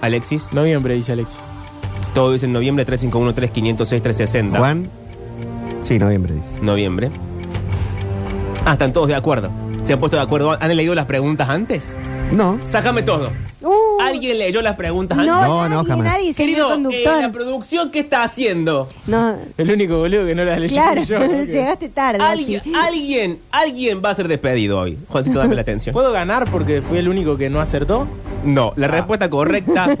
Alexis, Noviembre, dice Alex. todo dice en noviembre 351 3506 360. Juan. Sí, noviembre dice. Noviembre. Ah, están todos de acuerdo. ¿Se han puesto de acuerdo? ¿Han leído las preguntas antes? No. Sácame todo. Uh, ¿Alguien leyó las preguntas antes? No, no, jamás. nadie, señor Querido, eh, conductor. la producción, ¿qué está haciendo? No, El único boludo que no las leyó claro, fui yo, porque- llegaste tarde. Alguien, Oki. alguien, alguien va a ser despedido hoy. Juancito, dame la atención. ¿Puedo ganar porque fui el único que no acertó? No, Ah. la respuesta correcta,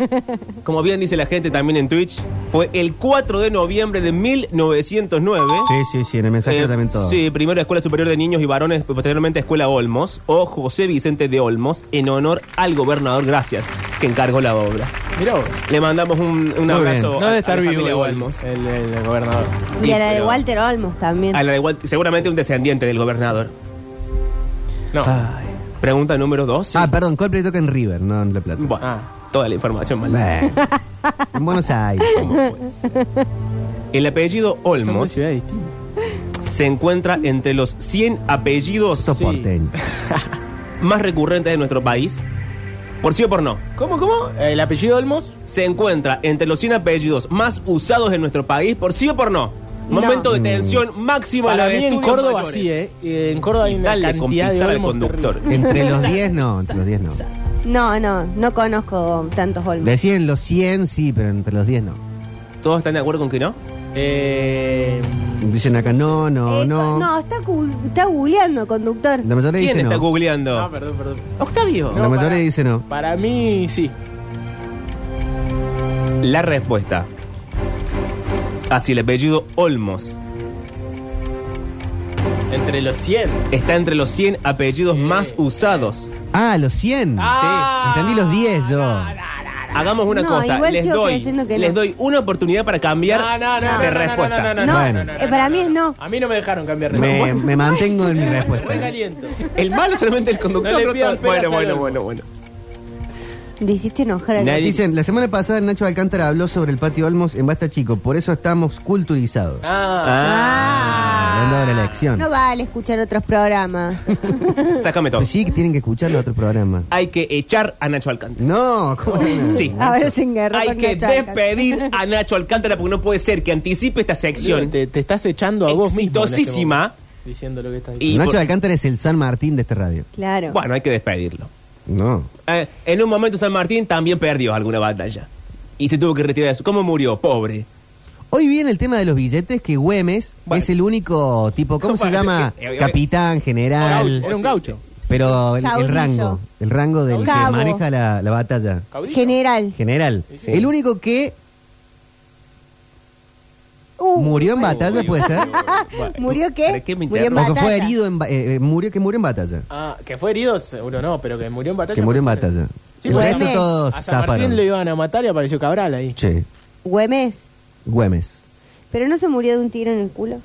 como bien dice la gente también en Twitch, fue el 4 de noviembre de 1909. Sí, sí, sí, en el mensaje Eh, también todo. Sí, primero Escuela Superior de Niños y Varones, posteriormente Escuela Olmos, o José Vicente de Olmos, en honor al gobernador Gracias, que encargó la obra. Mirá vos. Le mandamos un, un Muy abrazo. bien. No a- de a estar la vivo familia igual, Olmos. el, el gobernador. Y a la de pero- Walter Olmos también. A la de Walt- seguramente un descendiente del gobernador. No. Ah. Ay. Pregunta número 2. Ah, perdón, Coldplay toca en River, no en La Plata. Bueno, Ah. toda la información mal. Bueno. en Buenos Aires. El apellido Son dos Olmos ciudades distintas. se encuentra entre los 100 apellidos Esto es porteño. más recurrentes de nuestro país. Por sí o por no. ¿Cómo, cómo? ¿El apellido Olmos? Se encuentra entre los 100 apellidos más usados en nuestro país. Por sí o por no. Momento de tensión máxima. Mm. Para la de mí en estudios Córdoba mayores. sí, ¿eh? Eh, En Córdoba hay Y una dale con cantidad de pisar al Olmos conductor. terrible. Entre los 10 no, entre los 10 no. No, no, no conozco tantos Olmos. Decían los 100 sí, pero entre los 10 no. ¿Todos están de acuerdo con que no? Eh, Dicen acá no, no, Eh, no. no, está, gu- está googleando, conductor. La mayoría ¿Quién dice está no. googleando? no, perdón, perdón. Octavio. La No, mayoría para. dice no. Para mí sí. La respuesta hacia el apellido Olmos Entre los 100. está entre los 100 apellidos Eh. más usados. Ah, los 100. Ah, sí. Entendí los 10 yo. Hagamos una No, cosa, igual les sigo doy, creyendo que no. les doy una oportunidad para cambiar de respuesta. no, no, Bueno. eh, para mí es no. A mí no me dejaron cambiar de Me, respuesta. me mantengo en mi Re respuesta. caliento. El malo es solamente el conductor. No le otro pidan todo. peras bueno, al bueno, olmo. bueno, bueno. Le hiciste enojar a Nadie- Eh, Dicen, la semana pasada Nacho Alcántara habló sobre el patio Olmos en Basta Chico, por eso estamos culturizados. Ah, Le han dado la elección. No vale escuchar otros programas. Sácame todo. Pues sí, que tienen que escuchar los otros programas. Hay que echar a Nacho Alcántara. No, ¿cómo no? Sí. Ahora se engarró Hay con que Nacho Alcántara. despedir a Nacho Alcántara porque no puede ser que anticipe esta sección te, te estás echando a vos mismo. en este exitosísima. momento, Diciendo lo que estás diciendo. Y Nacho por- Alcántara es el San Martín de esta radio. Claro. bueno, hay que despedirlo. No. Eh, en un momento San Martín también perdió alguna batalla. Y se tuvo que retirar de su. ¿Cómo murió? Pobre. Hoy viene el tema de los billetes que Güemes Bueno. es el único tipo, ¿cómo se Bueno, llama? eh, eh, Capitán, general, Era un gaucho. pero el, el Caudillo. rango, el rango del que Cabo. maneja la, la batalla. General. General. El único que Uh, murió en batalla, puede ser. ¿Murió qué? ¿Para qué me Murió en interrumpo? O que fue batalla. herido en, ba- eh, eh, murió, que murió en batalla. Ah, que fue herido, seguro no, pero que murió en batalla. Que murió en parece batalla. Sí, el porque resto Güemes. todos A San Martín zafaron. le iban a matar y apareció Cabral ahí. Che, Güemes. Güemes. Pero no se murió de un tiro en el culo.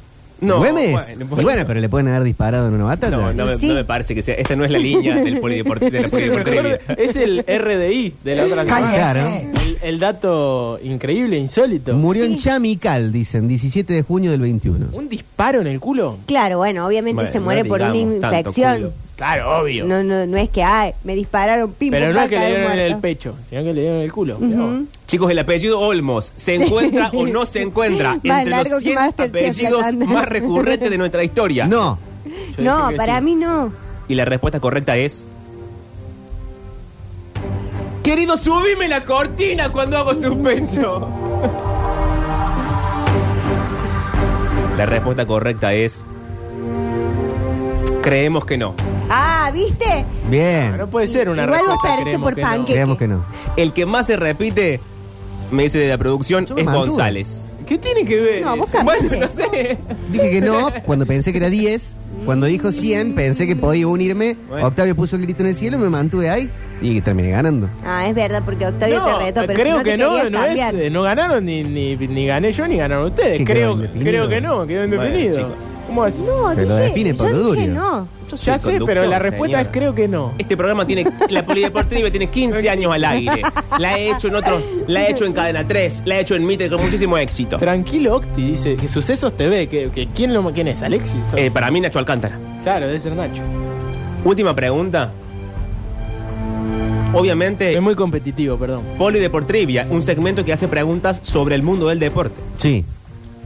¿Güemes? bueno, y bueno, pero le pueden haber disparado en una batalla. No, no, me, Sí. no me parece que sea. Esta no es la línea del polideportivo. De la Es el, mejor- polideportividad. es el RDI de la otra semana. Claro. El, el dato increíble, insólito. Murió en Chamical, dicen, 17 de junio del 21. ¿Un disparo en el culo? Claro, bueno, obviamente Bueno, se no muere por una digamos tanto, infección. Claro, obvio. No, no, no es que, ay, me dispararon, pim, pero pum, no pa, es que le caí dieron en el muerto. pecho, sino que le dieron en el culo. Ujú. Mirá vos. Chicos, el apellido Olmos, ¿se encuentra o no se encuentra Más entre largo los que 100 Masterchef, apellidos Alejandro. más recurrentes de nuestra historia? No, Yo dije No, que para sí. mí no. Y la respuesta correcta es... Querido, subime la cortina cuando hago suspenso. La respuesta correcta es... Creemos que no. Ah, ¿viste? bien. No puede ser una Igual vos respuesta, perdiste creemos por que no. panque. Creemos que no. El que más se repite, me dice de la producción, Yo me es mantuve. González. ¿Qué tiene que ver? No, vos eso? cambiaste. Bueno, no sé. Dije que no cuando pensé que era 10. Cuando dijo 100, pensé que podía unirme. Bueno. Octavio puso el grito en el cielo, me mantuve ahí y terminé ganando. Ah, es verdad, porque Octavio No, te retó, pero creo si no te que no, querías no, es, cambiar. eh, no ganaron ni, ni, ni gané yo ni ganaron ustedes. Que quedó Creo, indefinido. creo que no, quedó Bueno, indefinido. chicos. ¿Cómo vas? No, Pero dije- define por yo lo dije duro. no. ya sé, pero la respuesta es creo que no. Este programa tiene. La Polideportiva tiene 15 años al aire. La he hecho en otros. La he hecho en Cadena 3. La he hecho en Mitre con muchísimo éxito. Tranquilo, Octi, dice que Sucesos TV. Que, que- ¿quién, lo, ¿Quién es? ¿Alexis? ¿Sos? Eh, para mí, Nacho Alcántara. Claro, debe ser Nacho. Última pregunta. Obviamente, Es muy competitivo, perdón. Polideportrivia, un segmento que hace preguntas sobre el mundo del deporte. Sí.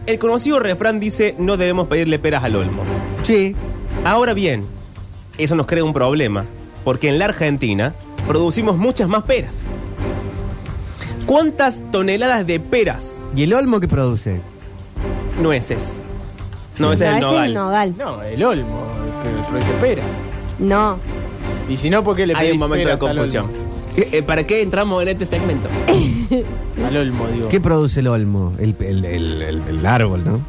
El conocido refrán dice: No debemos pedirle peras al olmo. Sí. Ahora bien, eso nos crea un problema. Porque en la Argentina producimos muchas más peras. ¿Cuántas toneladas de peras? ¿Y el olmo que produce? Nueces. No, ese es el nogal. No, el olmo, que produce pera. No. Y si no, ¿por qué le Hay pedís un momento de peras al confusión. Eh, ¿Para qué entramos en este segmento? olmo? Al olmo, digo. ¿Qué produce el olmo? El, el- el- el- el árbol, ¿no?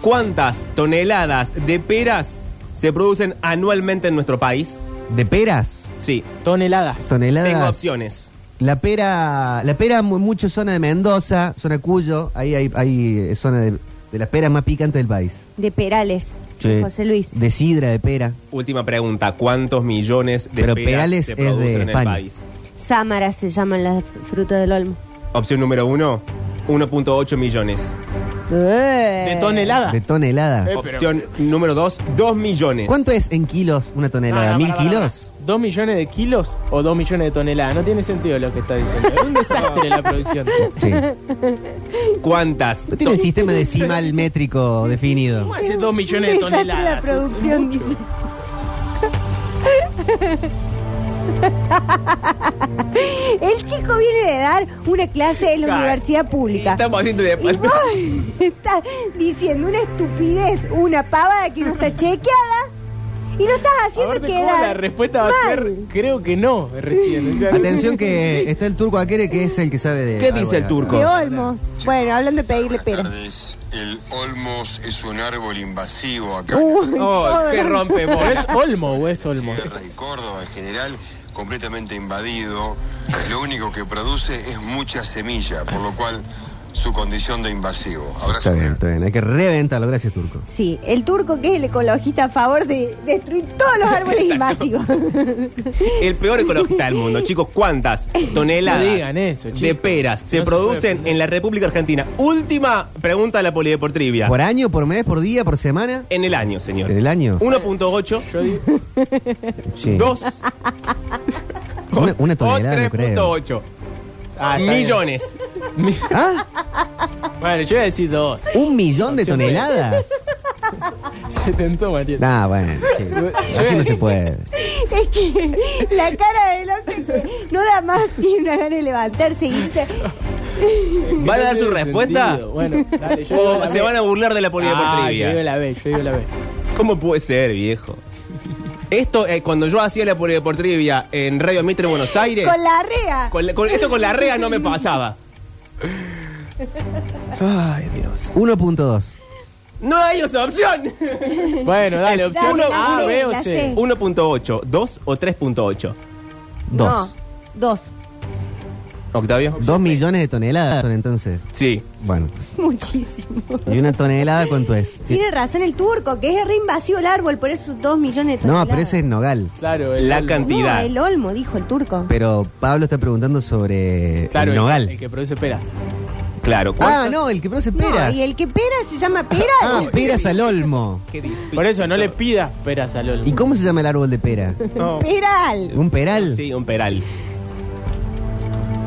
¿Cuántas toneladas de peras se producen anualmente en nuestro país? ¿De peras? Sí. Toneladas. Toneladas. Tengo opciones. La pera, la pera mu- mucho zona de Mendoza, zona Cuyo, ahí hay, hay, eh, zona de, de las peras más picantes del país. De Perales. Sí. José Luis. De sidra, de pera. Última pregunta. ¿Cuántos millones de Pero peras Perales se es producen de en el España. país? Sámara se llaman las frutas del olmo. Opción número uno, 1.8 millones. ¿De De toneladas? De tonelada. Eh, pero- Opción número dos, 2 millones. ¿Cuánto es en kilos una tonelada? No, no, ¿Mil pará, pará, kilos? pará. ¿Dos millones de kilos o dos millones de toneladas? No tiene sentido lo que está diciendo. Es un desastre la producción. Sí. No ¿Cuántas? tiene el sistema decimal métrico definido. ¿Cómo hace dos millones de Desastre toneladas? la producción. Es mucho. El chico viene de dar una clase en la Claro. universidad pública. Estamos haciendo de Y vos estás diciendo una estupidez, una pavada que no está chequeada y lo estás haciendo Aparte, ¿cómo quedar. la respuesta va a ser, mal. creo que no, recién. O sea, Atención que está el turco aquere que es el que sabe de... ¿Qué dice el turco? De olmos. Bueno, hablando de pedirle pera. El Olmos es un árbol invasivo acá Uy, Oh, todo qué lo- rompe ¿O es Olmo o es en Olmo? la Sierra y Córdoba en general, completamente invadido. Lo único que produce es mucha semilla, por lo cual su condición de invasivo. Está Abrazo. bien, está bien. Hay que reventarlo. Gracias, turco. Sí, el turco que es el ecologista a favor de destruir todos los árboles invasivos. El peor ecologista del mundo, chicos. ¿Cuántas toneladas No digan eso, chicos. de peras se No se puede producen poner. en la República Argentina? Última pregunta de la polideportrivia. ¿Por año, por mes, por día, por semana? En el año, señor. ¿En el año? 1.8, Sí. 2 Una, una o tonelada, no creo. 3.8 Ah, está bien. millones. ¿Ah? Bueno, yo voy a decir dos. ¿Un millón de toneladas? Se tentó, Mariel. Nah, bueno, sí. Así no se puede. es que la cara del hombre que no da más, tiene una gana de levantarse y irse. ¿Van a dar su respuesta? Bueno, dale, yo digo ¿O la Oh, se B. van a burlar de la Ah, yo digo polideportrivia? la B, yo digo la B. ¿Cómo puede ser, viejo? Esto, eh, cuando yo hacía la polideportrivia en Radio Mitre Buenos Aires... Con la rea. con la- con- esto con la rea no me pasaba. 1.2. No hay otra opción. Bueno, dale, opción Dale, A, la C, B o la C. C. 1.8, 2 o 3.8. No, Dos. dos. Octavio. Dos millones de toneladas son entonces. Sí. Bueno. Muchísimo. ¿Y una tonelada cuánto es? Tiene razón el turco, que es re invasivo el árbol, por eso dos millones de toneladas. No, pero ese es nogal. Claro, el La Olmo. cantidad. No, el olmo, dijo el turco. Pero Pablo está preguntando sobre Claro, el el, nogal. el que produce peras. Claro. ah, no, el que produce No, peras. y el que pera se llama pera. Ah, peras al olmo. Por eso no le pidas peras al Olmo. ¿Y cómo se llama el árbol de pera? No. Peral. ¿Un peral? Sí, un peral.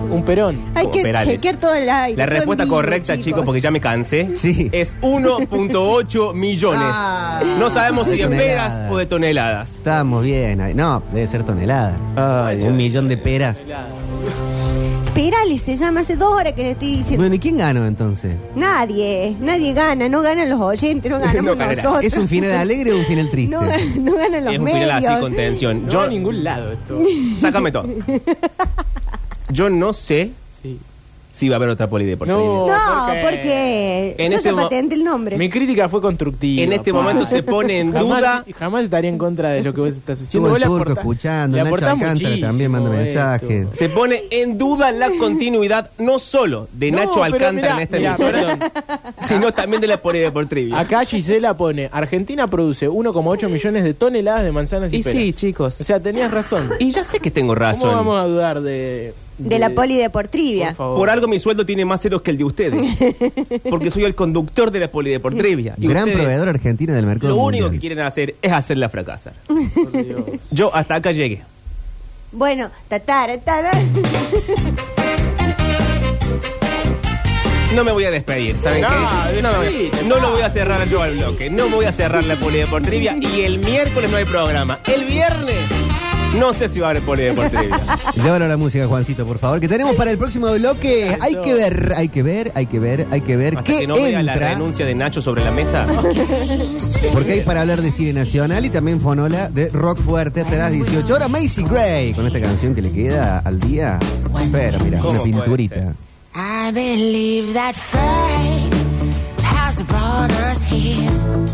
Un perón. Oh, Hay que Perales. chequear todo el aire. La todo respuesta en vivo, correcta, chicos, porque ya me cansé, Sí. es 1.8 millones. Ah. no sabemos si de Toneladas. peras o de toneladas. Estamos bien. ahí. No, debe ser tonelada. un millón de peras. Perales se llama, hace dos horas que le estoy diciendo. Bueno, ¿y quién ganó entonces? Nadie, nadie gana, no ganan los oyentes, no ganamos No ganará. nosotros. ¿Es un final alegre o un final triste? No, eh. gan- no ganan los es un medios. peral así con tensión. No va Yo, a ningún lado esto. sácame todo. Yo no sé Sí. si va a haber otra polideportiva. No. No, Porque- porque En yo este ya mo- patenté el nombre. Mi crítica fue constructiva. En este pa. momento se pone en Jamás- duda. Jamás estaría en contra de lo que vos estás Estuvo haciendo. el Vos le turco aportás- escuchando, le Nacho aportás Alcántara muchísimo también manda esto. mensajes. Se pone en duda la continuidad no solo de No, Eh, Nacho pero Alcántara mirá, en esta mirá, emisora, sino también de la eh, polideportiva. Acá Gisela pone, Argentina produce 1,8 millones de toneladas de manzanas y, Y peras. sí, chicos. O sea, tenías razón. Y ya sé que tengo razón. ¿Cómo vamos a dudar de... de la Por polideportrivia. favor. Por algo mi sueldo tiene más ceros que el de ustedes. Porque soy el conductor de la polideportrivia. Y Gran ustedes, proveedor argentino del mercado. Lo único mundial. que quieren hacer es hacerla fracasar. Por Dios. Yo hasta acá llegué. Bueno, tatara, tatara. No me voy a despedir, ¿saben No, qué? No, me voy a- despedite, no lo voy a cerrar yo al bloque. No voy a cerrar la polideportrivia. Y el miércoles no hay programa. El viernes No sé si va a haber polideportivo. Llévalo a la música, Juancito, por favor. Que tenemos para el próximo bloque. Hay que ver, hay que ver, hay que ver, hay que ver. Hasta ¿Qué que no vea la entra? renuncia de Nacho sobre la mesa. Porque hay para hablar de cine nacional y también Fonola de Rock Fuerte hasta las 18 horas. Macy Gray con esta canción que le queda al día. Pero mira, ¿Cómo una puede pinturita. I believe that fate has brought us here